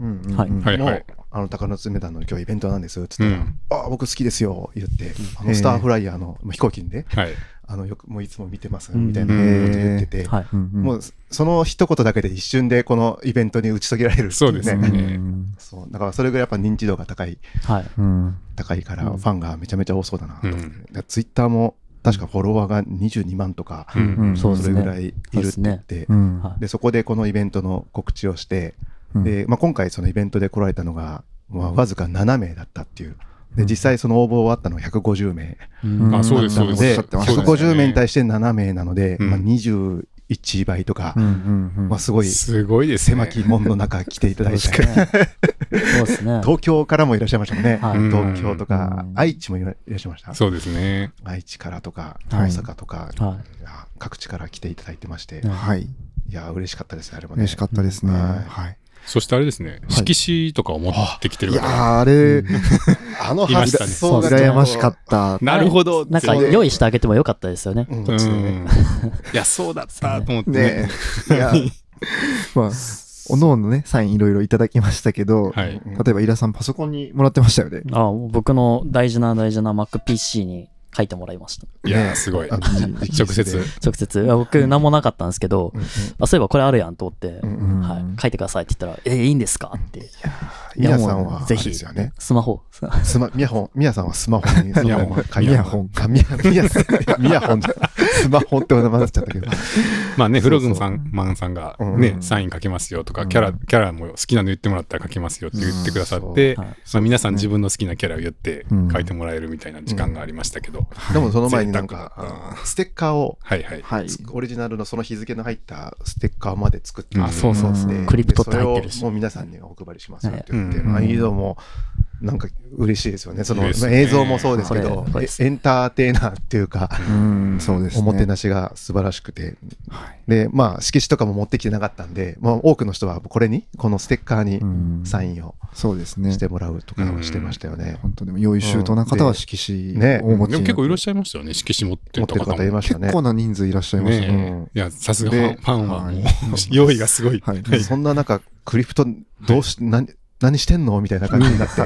Speaker 3: うん
Speaker 5: うん
Speaker 3: はいはいはい
Speaker 5: もうあの、高野爪団の今日イベントなんです、つったら、
Speaker 3: うん
Speaker 5: ああ、僕好きですよ、言って、あ
Speaker 3: へ
Speaker 5: の、
Speaker 3: え
Speaker 5: スターフライヤーのもう飛行機にね、
Speaker 4: はい
Speaker 5: あの、よく、もういつも見てます、
Speaker 3: うん
Speaker 5: みたいなこと言って
Speaker 3: へえ
Speaker 5: て、
Speaker 3: はいうんうん
Speaker 5: もう、その一言だけで一瞬でこのイベントに打ち解けられるってい
Speaker 4: そうですね。
Speaker 5: そう、だからそれぐらいやっぱ認知度が高い、
Speaker 6: はい
Speaker 3: うん
Speaker 5: 高いから、ファンがめちゃめちゃ多そうだなと思って、ツイッターも、確かフォロワーが22万とか、
Speaker 6: うんうん
Speaker 5: そ
Speaker 6: そうです
Speaker 5: れ
Speaker 6: ね
Speaker 5: ぐらいいるって言っ
Speaker 6: そうで
Speaker 5: て、
Speaker 6: すね
Speaker 5: で
Speaker 6: うん
Speaker 5: そこでこのイベントの告知をして、
Speaker 3: うん
Speaker 5: でまあ、今回、そのイベントで来られたのが、まあ、わずか7名だったっていう、で実際、その応募はあったの150名
Speaker 4: うんあそうです
Speaker 5: だった
Speaker 4: そ
Speaker 5: の
Speaker 4: うですおっしゃってましたね
Speaker 5: 150名に対して7名なので、
Speaker 4: うん
Speaker 5: まあ、21倍とか、
Speaker 3: うんうんうん
Speaker 5: まあ、すごい
Speaker 4: すごいですね
Speaker 5: 狭き門の中、来ていただいて、
Speaker 4: そうですね
Speaker 6: そうですね
Speaker 5: 東京からもいらっしゃいましたもんね、
Speaker 4: はい
Speaker 5: 東京とか、愛知もいらっしゃいました。
Speaker 4: そうですね。
Speaker 5: 愛知からとか、大
Speaker 4: はい
Speaker 5: 阪とか、
Speaker 4: はい
Speaker 5: や各地から来ていただいてまして、
Speaker 3: はい
Speaker 5: いや、嬉しかったですね、あれもね。
Speaker 3: 嬉しかったですね。
Speaker 5: はい
Speaker 3: はい。
Speaker 4: そしてあれですね、色紙とかを持ってきてる
Speaker 3: い
Speaker 4: 方
Speaker 3: やーあれ、
Speaker 5: あの
Speaker 4: いましたね
Speaker 3: 発想が羨ましかった
Speaker 4: なるほど
Speaker 6: なんか用意してあげてもよかったですよね。
Speaker 4: う
Speaker 6: こっちで
Speaker 4: ん、いや、そうだったと思って
Speaker 3: ね
Speaker 4: ね。
Speaker 3: え。 いや、まあ、おのおのね、サインいろいろいただきましたけど、例えば、イラさんパソコンにもらってましたよね。
Speaker 6: あ僕の大事な大事な MacPC に書いてもらいました。
Speaker 4: いやーすごいあじ直接
Speaker 6: 直接。いや僕、何もなかったんですけど、あそういえばこれあるやんと思って、はい、書いてくださいって言ったら、え、いいんですかって。
Speaker 5: いやー皆さんは
Speaker 6: もうぜ
Speaker 5: あれ
Speaker 6: ひ
Speaker 5: ですよね、
Speaker 6: スマ ホ。
Speaker 5: スマ、ミヤホン、ミヤさんはスマホに、
Speaker 6: ミヤホン
Speaker 5: ミヤホン。あミヤ、ミヤさん、ミヤ ホンじゃ、スマホってお名前になっちゃったけど。
Speaker 4: まあね、フログンさ
Speaker 5: そうそ
Speaker 4: ん、
Speaker 5: う
Speaker 4: マンさんが
Speaker 5: うん
Speaker 4: ね、サイン書けますよとか、キャラ、キャラも好きなの言ってもらったら書けますよって言ってくださって、
Speaker 5: うんそう
Speaker 4: ま
Speaker 5: はい
Speaker 4: あ皆さん自分の好きなキャラを言って
Speaker 5: うん
Speaker 4: 書いてもらえるみたいな時間がありましたけど。
Speaker 5: でもその前に
Speaker 4: 贅
Speaker 5: な
Speaker 4: 沢
Speaker 5: んか、あのステッカーを、
Speaker 4: はいはい
Speaker 5: オリジナルのその日付の入ったステッカーまで作って、
Speaker 4: あそうそうそう
Speaker 5: で
Speaker 4: クリプトって入ってるし
Speaker 5: それをもう皆さんにお配りしますよって言っ
Speaker 4: は
Speaker 5: て、
Speaker 4: いうん
Speaker 5: ああいうのも、なんか嬉しいですよね。その、
Speaker 4: 嬉しい
Speaker 5: ま
Speaker 4: ね
Speaker 5: あ映像もそうですけ
Speaker 4: こ
Speaker 5: ど
Speaker 4: れこれ、
Speaker 5: えエンターテイナーっていうか、
Speaker 3: そうですね
Speaker 5: おもてなしが素晴らしくて、で、まあ、色紙とかも持ってきてなかったんで、まあ、多くの人はこれに、このステッカーにサインを
Speaker 3: そうですね。
Speaker 5: してもらうとかをしてましたよね。
Speaker 3: 本当でも用意周到な方は色紙をお持ちになって
Speaker 4: でも結構いらっしゃいましたよね、色紙持ってた
Speaker 5: 持って
Speaker 4: 方
Speaker 5: る方いましたね
Speaker 3: 結構な人数いらっしゃいましたね
Speaker 4: ねえいや、さすがファン
Speaker 5: で
Speaker 4: ファンはもう、用意がすごい。
Speaker 5: はいそんな中、クリプト、どうし、何、何してんのみたいな感じになって、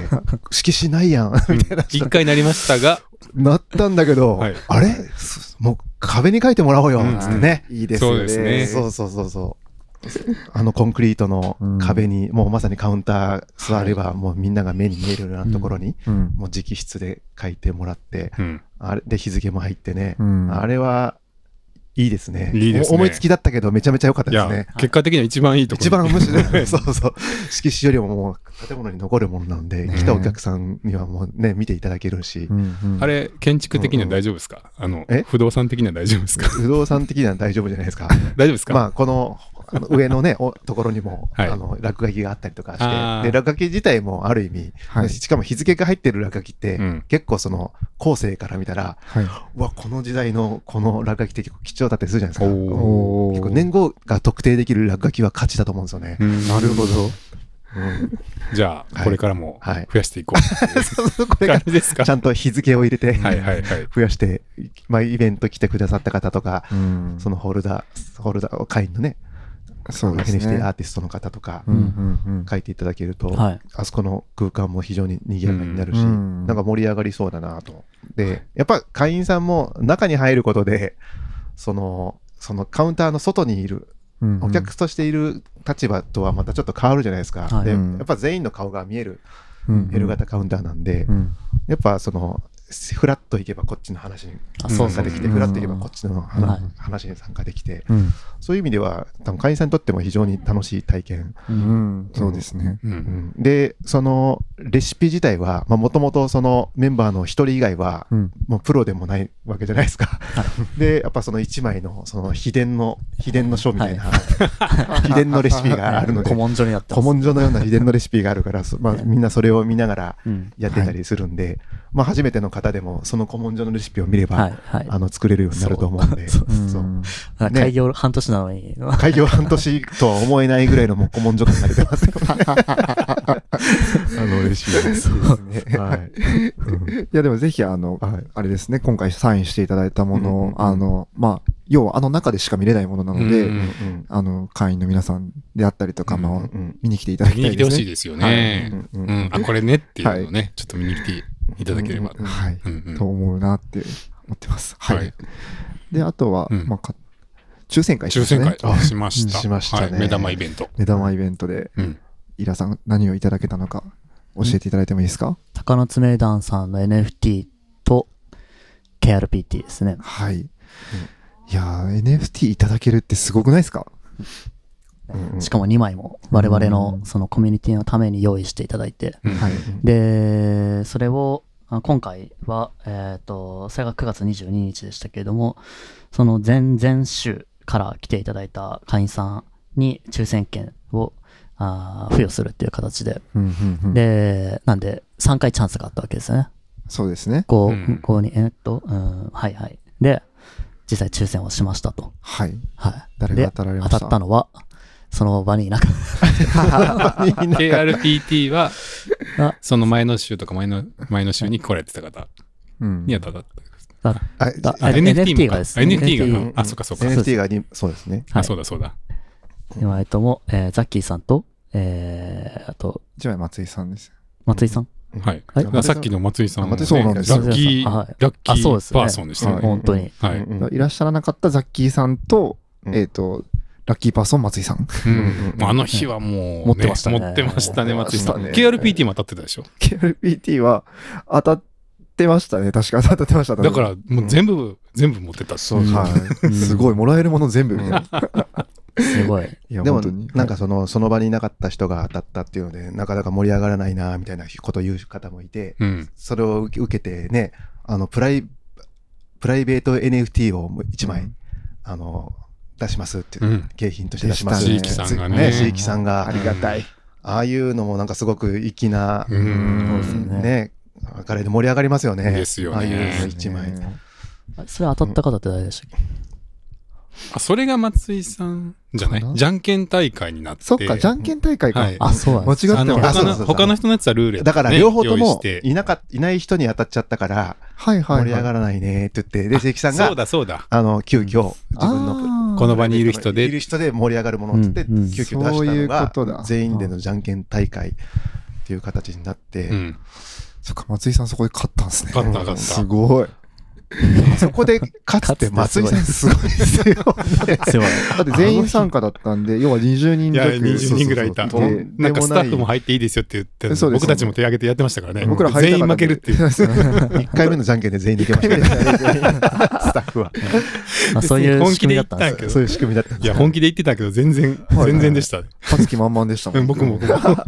Speaker 5: 色紙ないやん、みたいな。
Speaker 4: 一回なりましたが、
Speaker 5: なったんだけど、あれすもう壁に書いてもらおうよ、
Speaker 4: うん
Speaker 5: つってね。
Speaker 4: いいですよねそうですね
Speaker 5: そうそうそうそう。あのコンクリートの壁に、もうまさにカウンター座れば、もうみんなが目に見えるようなところに、
Speaker 3: うんうん
Speaker 5: もう直筆で書いてもらって、
Speaker 4: うん
Speaker 5: あれで日付も入ってね、
Speaker 4: うん
Speaker 5: あれはいいですね
Speaker 4: いいですね
Speaker 5: お思いつきだったけど、めちゃめちゃ良かった
Speaker 4: い
Speaker 5: です
Speaker 4: や
Speaker 5: ね。、
Speaker 4: 結果的には一番いいところ。
Speaker 5: 一番無 視で、そうそう、色紙よりももう建物に残るものなんで、来たお客さんにはもうね、見ていただけるし、
Speaker 4: あれ、建築的には大丈夫ですか、あの、不動産的には大丈夫ですか
Speaker 5: 不動産的には大丈夫じゃないですか。
Speaker 4: 大丈夫ですか
Speaker 5: まあ、このあの上のね、おところにも、
Speaker 4: はい
Speaker 5: あの落書きがあったりとか
Speaker 4: あ
Speaker 5: し
Speaker 4: ー
Speaker 5: て、で落書き自体もある意味、
Speaker 4: はい
Speaker 5: しかも日付が入ってる落書きって、
Speaker 4: うん
Speaker 5: 結構その後世から見たら、
Speaker 3: いう
Speaker 5: わ、この時代のこの落書きって結構貴重だったりするじゃないですか。
Speaker 3: おー
Speaker 5: 結構年号が特定できる落書きは価値だと思うんですよね。
Speaker 4: うんなるほど
Speaker 5: うん
Speaker 4: じゃあ、これからも
Speaker 5: はい
Speaker 4: 増やしていこうっていう
Speaker 5: これが
Speaker 4: 感じ ですか
Speaker 5: ちゃんと日付を入れて、
Speaker 4: はいはいはい
Speaker 5: 増やして、まあ、イベント来てくださった方とか、
Speaker 3: うん
Speaker 5: そのホルダー、ホルダー会員のね、
Speaker 3: そうですね
Speaker 5: 派遣してアーティストの方とか、
Speaker 3: うんうんうん
Speaker 5: 書いていただけると、
Speaker 3: はい
Speaker 5: あそこの空間も非常に賑やかになるし、
Speaker 3: うん
Speaker 5: なんか盛り上がりそうだなと。で、やっぱ会員さんも中に入ることで、その、そのカウンターの外にいる
Speaker 3: うんうん
Speaker 5: お客としている立場とはまたちょっと変わるじゃないですか。
Speaker 3: はい
Speaker 5: で、
Speaker 3: う
Speaker 5: や
Speaker 3: ん
Speaker 5: っぱ全員の顔が見える
Speaker 3: うん
Speaker 5: L 型カウンターなんで、
Speaker 3: うん
Speaker 5: やっぱその、フラッと行けばこっちの話に
Speaker 3: あそう
Speaker 5: 参
Speaker 3: そ
Speaker 5: 加
Speaker 3: う
Speaker 5: できて、
Speaker 3: うん
Speaker 5: フラッと行けばこっちの話
Speaker 3: はい
Speaker 5: 話に参加できて
Speaker 3: うん、
Speaker 5: そういう意味では、多分会員さんにとっても非常に楽しい体験。
Speaker 3: うんそうですね
Speaker 5: うんで、そのレシピ自体は、もともとそのメンバーの一人以外は
Speaker 3: うん、
Speaker 5: もうプロでもないわけじゃないですか。で、やっぱその一枚の、その秘伝の、秘伝の書みたいな、 秘伝のレシピがあるので、
Speaker 6: 古文書になってます
Speaker 5: 古文書のような秘伝のレシピが あるから、そまあ、みんなそれを見ながらやってたりするんで、まあ、初めての方でも、その古文書のレシピを見れば、
Speaker 6: はいはい
Speaker 5: あの作れるようになると思うんで。
Speaker 6: そうそう
Speaker 5: そう
Speaker 6: あ
Speaker 5: ね
Speaker 6: 開業半年なのに。
Speaker 5: 開業半年とは思えないぐらいのもう古文書化になれてますよ。あのレシピですね。はい。
Speaker 3: いやでもぜひあの、あれですね、今回サインしていただいたものを、あの、まあ、要はあの中でしか見れないものなので、
Speaker 4: うんうんうん
Speaker 3: あの、会員の皆さんであったりとか、まあ、見に来ていただきた
Speaker 4: 見に
Speaker 3: い
Speaker 4: 来
Speaker 3: で
Speaker 4: て
Speaker 3: すね。
Speaker 4: ほしいですよね。
Speaker 3: は
Speaker 4: う
Speaker 3: い
Speaker 4: んあ、これねっていうのを
Speaker 3: は
Speaker 4: ね、ちょっと見に来ていただければ。
Speaker 3: うんうんはい
Speaker 4: うんうん
Speaker 3: と思うなって思ってます。はい。
Speaker 4: はい
Speaker 3: で、あとは、まあか、抽選会しましたね、
Speaker 4: 抽選会あしました
Speaker 3: うんしましたね、
Speaker 4: はい目玉イベント。
Speaker 3: 目玉イベントで、イラさん何をいただけたのか教えていただいてもいいですか
Speaker 6: 鷹の爪団さんの NFT と KRPT ですね。
Speaker 3: はい。いやー、NFT いただけるってすごくないですか
Speaker 6: しかも2枚も我々のそのコミュニティのために用意していただいて、
Speaker 3: はい
Speaker 6: でそれをあ今回は、えー、とそれが9月22日でしたけれどもその前々週から来ていただいた会員さんに抽選券をあー付与するっていう形で、
Speaker 3: うんうんうん
Speaker 6: でなんで3回チャンスがあったわけですよね
Speaker 3: そうですね
Speaker 6: こう、
Speaker 3: うん
Speaker 6: こうにえーっと、うん、はいはいで実際抽選をしましたと
Speaker 3: はい、
Speaker 6: はい、
Speaker 3: 誰が
Speaker 6: で
Speaker 3: 当たられました
Speaker 6: 当たったのはその場にいなかった。
Speaker 4: KRPT は
Speaker 6: あ、
Speaker 4: その前の週とか前の前の週に来られてた方に当たった。
Speaker 6: だだ
Speaker 4: あ NFT がですね NFT が
Speaker 6: NFT
Speaker 4: あそうかそうか
Speaker 5: NFT がにそうですね。
Speaker 6: はい
Speaker 4: そうだそうだ。
Speaker 6: 今、えっとも、えーザッキーさんと、えー、あと、
Speaker 3: 一枚松井さんです。
Speaker 6: 松井さん
Speaker 4: はい
Speaker 6: あれ
Speaker 4: あさっきの松井さんもね
Speaker 3: 松井さんそうなんですよ
Speaker 4: ラッキー
Speaker 6: あはい
Speaker 4: ラッキー
Speaker 6: あそうですね
Speaker 4: パーソンでしたね
Speaker 6: はい本当に。
Speaker 4: はい
Speaker 3: だからいらっしゃらなかったザッキーさんと、えっ、と、ラッキーパーソン松井さん。
Speaker 4: うんもうあの日はもうね、
Speaker 3: 持ってましたね
Speaker 4: 持ってましたね、
Speaker 3: 持ってま
Speaker 4: 松井
Speaker 3: し
Speaker 4: さ
Speaker 3: た
Speaker 4: ん。
Speaker 3: ね
Speaker 4: KRPT も当たってたでしょ。
Speaker 3: KRPT は当たってましたね。確か当たってました。
Speaker 4: だから、もう全部、全部持ってた。そう
Speaker 3: はい。すごい、もらえるもの全部みたいな。
Speaker 6: すごい。
Speaker 3: いや
Speaker 5: でも
Speaker 3: 本当に、
Speaker 5: なんかその、その場にいなかった人が当たったっていうので、なかなか盛り上がらないな、みたいなことを言う方もいて、
Speaker 4: うん
Speaker 5: それを受けてね、あの、プライ、プライベート NFT を1枚、あの、出しますっていう、
Speaker 4: うん
Speaker 5: 景品として出します
Speaker 4: でしたね椎木さんがね
Speaker 5: 椎木さんが。
Speaker 4: ありがたい
Speaker 5: うん。ああいうのもなんかすごく粋な、
Speaker 4: うん
Speaker 5: ね、明るいで盛り上がりますよね。
Speaker 4: ですよね
Speaker 5: ああいう1枚。
Speaker 6: あそれ当たった方って誰でしたっけ
Speaker 4: あそれが松井さんじゃないじゃんけん大会になって。
Speaker 3: そっか、じゃんけん大会か。
Speaker 4: はい
Speaker 3: あ、
Speaker 6: そうなん
Speaker 3: 間違って
Speaker 4: あの
Speaker 3: ま
Speaker 4: 他
Speaker 3: す。
Speaker 4: の他の人のやつはルーレットね
Speaker 5: だから両方と
Speaker 4: 用意し
Speaker 5: も
Speaker 4: て
Speaker 5: いなかっいない人に当たっちゃったから、
Speaker 3: はいはいはい
Speaker 5: 盛り上がらないねって言って、で、関
Speaker 4: あ
Speaker 5: さんが、
Speaker 4: そうだそうだ
Speaker 5: あの、急遽、自分の、
Speaker 4: この場にいる人で
Speaker 5: いる人で盛り上がるものって言って、
Speaker 4: うんうん
Speaker 5: 急遽出
Speaker 4: そういう
Speaker 5: し
Speaker 4: こ
Speaker 5: た
Speaker 4: と
Speaker 5: の
Speaker 4: だ
Speaker 5: が、全員でのじゃんけん大会っていう形になって、
Speaker 3: そっか、松井さんそこで勝ったんですね。
Speaker 5: 勝った勝った
Speaker 3: すごい。
Speaker 5: そこで勝って松井さんすごいですよね。
Speaker 3: すごいだって全員参加だったんで、要は20人
Speaker 4: いや、
Speaker 3: 弱。
Speaker 4: 20人ぐらいいた。
Speaker 3: そうそうそうで
Speaker 4: なんかスタッフも
Speaker 3: で
Speaker 4: 入っていいですよって言ってたのに
Speaker 3: そうです
Speaker 4: 僕たちも手挙げてやってましたからね。
Speaker 3: 僕ら入り
Speaker 4: 全
Speaker 3: たか
Speaker 4: 員負
Speaker 3: った
Speaker 4: けるっていう。
Speaker 5: 1回目のじゃんけんで全員できましたね。スタッフは。
Speaker 4: 本気で言ったんですけど。
Speaker 5: そういう仕組みだったんです
Speaker 4: いや、本気で言ってたけど、全然、全然でしたね。
Speaker 3: 勝つ気満々でしたもん。
Speaker 4: 僕も僕も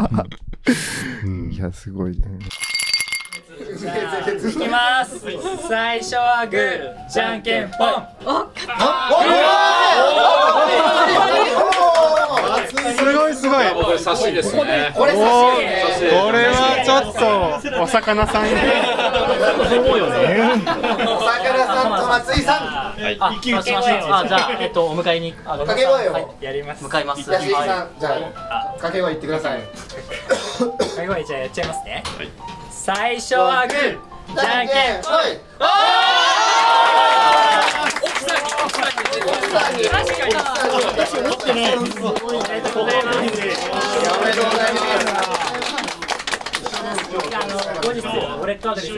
Speaker 3: うんいや、すごい。
Speaker 14: いきます最初はグーじゃんけんぽんお
Speaker 9: すごいすごい。これ差しですね。これ
Speaker 14: 差し
Speaker 9: これはちょっとお魚さん。そうよね。
Speaker 14: お魚さんと松井さんはいあ、そうしましょうあ、じゃあ、えっと、お迎えに掛
Speaker 15: 掛け声を
Speaker 14: やります
Speaker 15: 向かいます
Speaker 14: はい
Speaker 15: 安井さんじゃあ掛け声言ってください
Speaker 14: 掛け声じゃあやっちゃいますね最初はグーじゃんけんぽん後日、俺とです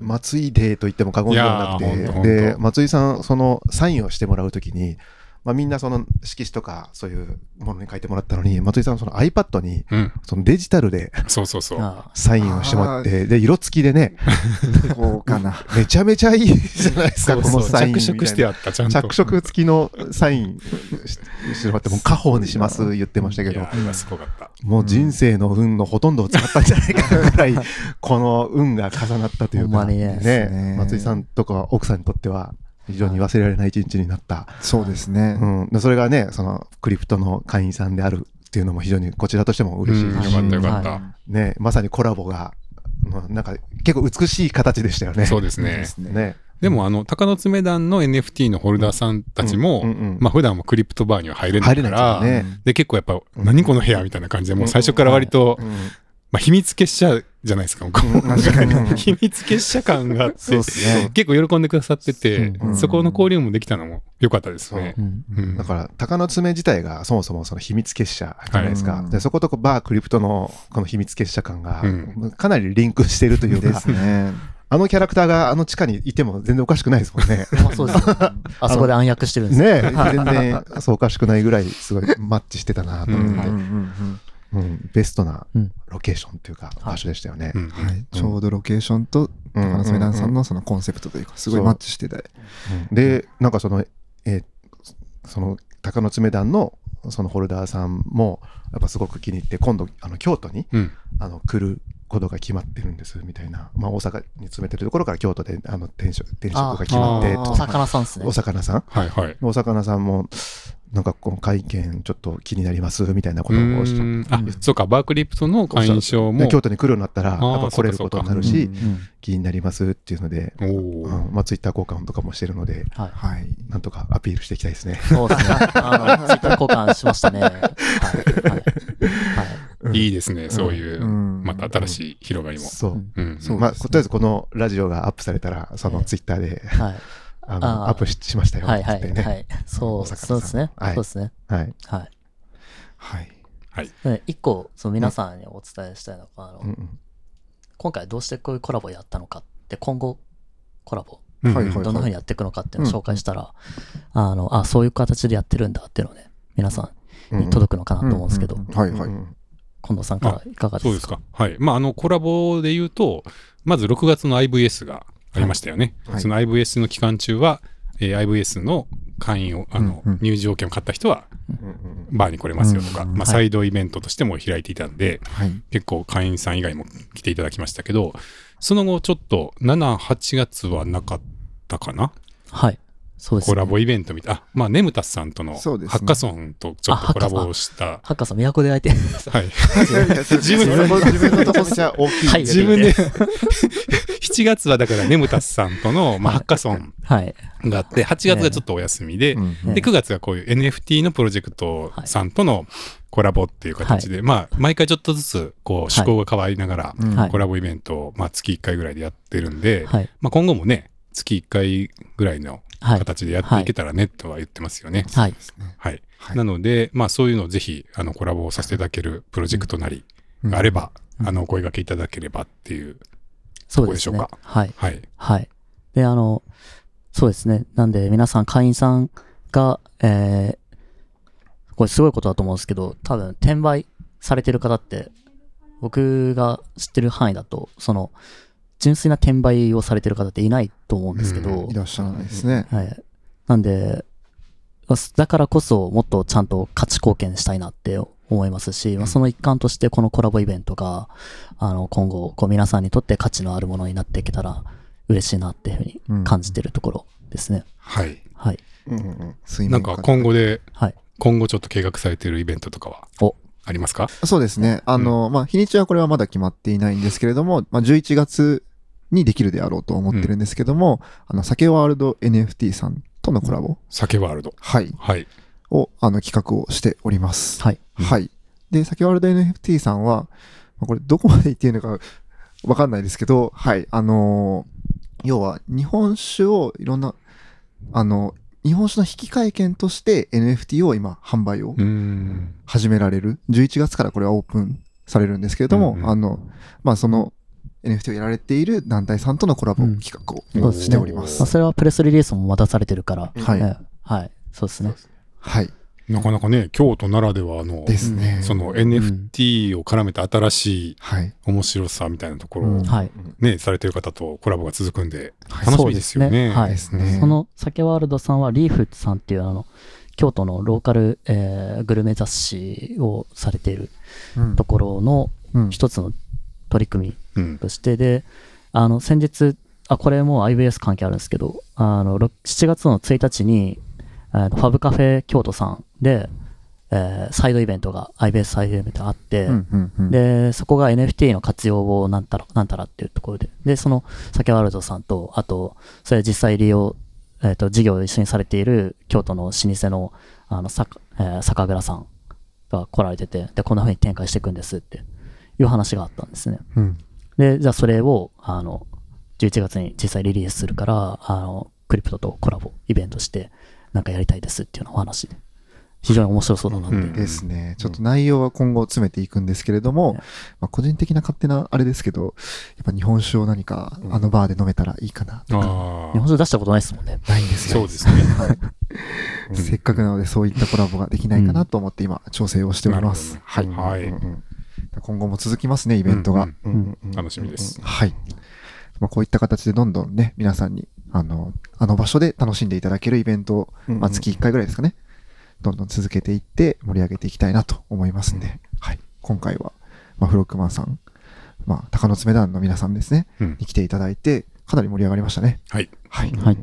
Speaker 5: 松井デーと言っても過言では
Speaker 4: いやーほんと
Speaker 5: な
Speaker 4: ほ
Speaker 5: く
Speaker 4: んと
Speaker 5: て、で、松井さん、そのサインをしてもらうときに、まあ、みんなその色紙とかそういうものに書いてもらったのに、松井さんその iPad に、そのデジタルで、。
Speaker 4: そうそうそう
Speaker 5: サインをしてもらっ
Speaker 4: あ
Speaker 5: て、で、色付きでね、
Speaker 3: こうかな。
Speaker 5: めちゃめちゃいいじゃないですか、
Speaker 4: そう
Speaker 5: こ
Speaker 4: そう
Speaker 5: のサインみたい
Speaker 4: 着
Speaker 5: な。
Speaker 4: 色してあったちゃんと
Speaker 5: 着色付きのサインししてもらって、もう家宝にします言ってましたけど、
Speaker 4: すごかった。
Speaker 5: もう人生の運のほとんどを使ったんじゃないかぐらい、 この運が重なったというか、ね、松井さんとか奥さんにとっては、非常に忘れられない一日になった。
Speaker 3: そうですね。
Speaker 5: うん。それがね、その、クリプトの会員さんであるっていうのも非常にこちらとしても嬉しいですし
Speaker 4: うんよかったよかった
Speaker 5: ね、まさにコラボが、まあなんか結構美しい形でしたよね。
Speaker 4: そうですね。
Speaker 5: ね。
Speaker 4: でも、あの、鷹の爪団の NFT のホルダーさんたちも、まあ、普段もクリプトバーには入れないか
Speaker 5: 入
Speaker 4: ら、
Speaker 5: れないですよね
Speaker 4: で、結構やっぱ、何この部屋みたいな感じで、もう最初から割と、まあ、秘密結社じゃないですか、こう
Speaker 5: 確かに
Speaker 4: なんか 秘密結社感があって、
Speaker 5: そうっすね
Speaker 4: 結構喜んでくださってて、
Speaker 5: うん
Speaker 4: そこの交流もできたのも良かったですね。
Speaker 5: だから、鷹の爪自体がそもそもその秘密結社じゃないですか。
Speaker 4: はい
Speaker 5: でそことこうバークリプトのこの秘密結社感が
Speaker 4: うん、
Speaker 5: かなりリンクしてるというか、
Speaker 3: ですね
Speaker 5: あのキャラクターがあの地下にいても全然おかしくないですもんね。
Speaker 6: あそうですあそこで暗躍してるんです
Speaker 5: ねえ全然、そうおかしくないぐらいすごいマッチしてたなと思って、
Speaker 3: うんうん
Speaker 5: うんベストなロケーションというか場所でしたよね。
Speaker 3: はいちょうどロケーションと、高野爪団さんのそのコンセプトというか、すごいマッチしてて。
Speaker 5: うんで、なんかその、えーその、鷹の爪団の、そのホルダーさんも、やっぱすごく気に入って、今度、あの、京都に、
Speaker 4: うん
Speaker 5: あの、来ることが決まってるんです、みたいな。まあ、大阪に詰めてるところから京都で、あの、転職、転職が決まって、
Speaker 6: あー
Speaker 5: と
Speaker 6: お魚さんっすね
Speaker 5: お魚さん
Speaker 4: はいはい。
Speaker 5: お魚さんも、なんかこの会見ちょっと気になりますみたいなことをおっし
Speaker 4: う
Speaker 5: ゃ
Speaker 4: んあ、そうか、バークリプトの会員証も。
Speaker 5: で京都に来るようになったら、やっ
Speaker 4: あー
Speaker 5: ぱ来れる
Speaker 4: そう
Speaker 5: こ
Speaker 4: か
Speaker 5: と
Speaker 4: そう
Speaker 5: に
Speaker 4: か
Speaker 5: なるし
Speaker 4: うん、
Speaker 5: 気になりますっていうので、うんまあ、ツイッター交換とかもしてるので、はいなんとかアピールしていきたいですね。
Speaker 6: そうですねあの Twitter 交換しましたねはいはい
Speaker 5: うん
Speaker 4: いいですね、そういう、
Speaker 5: ん
Speaker 4: また新しい広がりも。
Speaker 5: そう。
Speaker 4: ん
Speaker 5: まあ、とりあえずこのラジオがアップされたら、そのツイッターで、あの
Speaker 6: あー
Speaker 5: アップししましたよ
Speaker 6: はいはい
Speaker 5: って言ってね
Speaker 6: はいそう
Speaker 5: 大阪さん
Speaker 6: そうですね
Speaker 5: はい
Speaker 6: そうですね
Speaker 5: はい。
Speaker 6: はい
Speaker 5: はい。
Speaker 4: はい。
Speaker 6: ね一個その皆さんにお伝えしたいのが、あの
Speaker 5: うんうん
Speaker 6: 今回どうしてこういうコラボやったのかって今後コラボ、
Speaker 5: うんはいはいはい
Speaker 6: どんなふうにやっていくのかっていうのを紹介したら、あのあそういう形でやってるんだっていうのをね皆さんに届くのかなと思うんですけど、
Speaker 4: うんうんはいはい
Speaker 6: 近藤さんからいかがですか
Speaker 4: そうですか。はい。まあ、あの、コラボで言うと、まず6月の IVS がありましたよね。
Speaker 7: はい
Speaker 4: その IVS の期間中は、えー IVS の会員を、あの、
Speaker 7: うんうん
Speaker 4: 入場券を買った人は、バーに来れますよとか、
Speaker 7: うんうん
Speaker 4: まあ、
Speaker 7: は
Speaker 4: サ
Speaker 7: い
Speaker 4: イドイベントとしても開いていたんで、
Speaker 7: はい
Speaker 4: 結構会員さん以外も来ていただきましたけど、その後ちょっと7、8月はなかったかな
Speaker 6: はい。そうですね
Speaker 4: コラボイベントみたい。あ、まあ、ネムタスさんとのハ
Speaker 6: そうですね
Speaker 4: ッカソンとちょっとコラボをした。
Speaker 6: ハッカさん都で会えて
Speaker 4: はい
Speaker 6: 自分
Speaker 5: 自分のとこじゃ大きい
Speaker 6: はい
Speaker 4: 自分で 7月はだからネムタスさんとの、まあ、ハッカソン
Speaker 6: はい
Speaker 4: があって8月がちょっとお休みで,、
Speaker 7: うん
Speaker 4: で9月がこういう NFT のプロジェクトさんとのコラボっていう形で、まあ毎回ちょっとずつこう趣向が変わりなが
Speaker 7: うん
Speaker 4: ら
Speaker 7: はい
Speaker 4: コラボイベントを、まあ、月1回ぐらいでやってるんで、
Speaker 7: はい
Speaker 4: まあ、今後もね月1回ぐらいの形でやっていけたらねとは言ってますよね。
Speaker 6: はい
Speaker 4: はい。なので、まあそういうのをぜひ、あの、コラボをさせていただけるプロジェクトなりがあれば、あの、お声掛けいただければっていう、
Speaker 6: そ
Speaker 4: と
Speaker 6: う
Speaker 4: こ
Speaker 6: で
Speaker 4: でし
Speaker 6: す
Speaker 4: ょう
Speaker 6: ね
Speaker 4: か。。
Speaker 6: はい。
Speaker 4: はい。
Speaker 6: はい。で、あの、そうですね。なんで、皆さん、会員さんが、えーこれすごいことだと思うんですけど、多分、転売されてる方って、僕が知ってる範囲だと、その、純粋な転売をされてる方っていないと思うんですけど。
Speaker 3: いらっしゃらないですね。
Speaker 6: はい。なんで、まあだからこそもっとちゃんと価値貢献したいなって思いますし、まあ、その一環としてこのコラボイベントが、あの、今後、こう皆さんにとって価値のあるものになっていけたら嬉しいなっていうふうに感じてるところですね。
Speaker 4: はい。
Speaker 6: はい。
Speaker 4: なんか今後で、
Speaker 6: はい
Speaker 4: 今後ちょっと計画されているイベントとかは、ありますか
Speaker 3: そうですね。あの、まあ、日にちはこれはまだ決まっていないんですけれども、まあ、11月にできるであろうと思ってるんですけども、あの、酒ワールド NFT さんとのコラボ
Speaker 4: 酒ワールド。
Speaker 3: はい。
Speaker 4: はい。
Speaker 3: を、あの、企画をしております。はい。はい。で、酒ワールド NFT さんは、まあこれどこまで言っていいのかわかんないですけど、はい。あのー要は日本酒をいろんな、あの、日本酒の引換券として NFT を今販売を始められる。11月からこれはオープンされるんですけれども、あの、まあその NFT をやられている団体さんとのコラボ企画をしております。
Speaker 6: あそれはプレスリリースもまたされてるから、
Speaker 3: はい
Speaker 6: ええはい。そうですね。
Speaker 3: はい。
Speaker 4: なかなかね、京都ならではの、
Speaker 3: ですね
Speaker 4: その NFT を絡めた新しい面白さみたいなところを、
Speaker 6: うんはい
Speaker 4: ね、されてる方とコラボが続くんで、楽しみですよね。
Speaker 6: そうですねはい。その酒ワールドさんはリーフさんっていうあの京都のローカル、えーグルメ雑誌をされている
Speaker 3: うん
Speaker 6: ところの
Speaker 3: うん
Speaker 6: 一つの取り組みとしてで、あの先日あこれもう IBS 関係あるんですけどあのろ7月の1日にあのファブカフェ京都さんで、えーサイドイベントが IBS サイドイベントがあって、
Speaker 3: うんうんうん
Speaker 6: でそこが NFT の活用をなんたらなんたらっていうところででその酒ワールドさんとあとそれ実際利用、えー、と事業を一緒にされている京都の老舗のあの酒,、えー酒蔵さんが来られててでこんな風に展開していくんですっていう話があったんですね、
Speaker 3: うん
Speaker 6: でじゃあそれをあの11月に実際リリースするからあのクリプトとコラボイベントしてなんかやりたいですっていうのをお話で非常に面白そうだなって、
Speaker 3: ですね。ちょっと内容は今後詰めていくんですけれども、まあ、個人的な勝手なあれですけど、やっぱ日本酒を何かあのバーで飲めたらいいかなとか、
Speaker 6: 日本酒出したことないですもんね
Speaker 3: ないんですよ。
Speaker 6: そうですね
Speaker 3: はいせっかくなのでそういったコラボができないかなと思って今調整をしております。はい。今後も続きますね、イベントが。
Speaker 4: うんうんうん楽しみです
Speaker 3: はい。まあ、こういった形でどんどんね、皆さんに、あの、あの場所で楽しんでいただけるイベントを、
Speaker 5: うんうん
Speaker 3: まあ、月1回ぐらいですかね、どんどん続けていって盛り上げていきたいなと思いますんで、はい。今回は、まあ、フロックマンさん、まあ、鷹の爪団の皆さんですね、
Speaker 4: うん
Speaker 3: に来ていただいて、かなり盛り上がりましたね。
Speaker 4: はい。
Speaker 3: はい。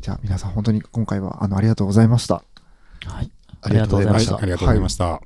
Speaker 3: じゃあ皆さん本当に今回はあのありがとうございました。
Speaker 6: はい。
Speaker 2: ありがとうございました
Speaker 4: はありがとうございました。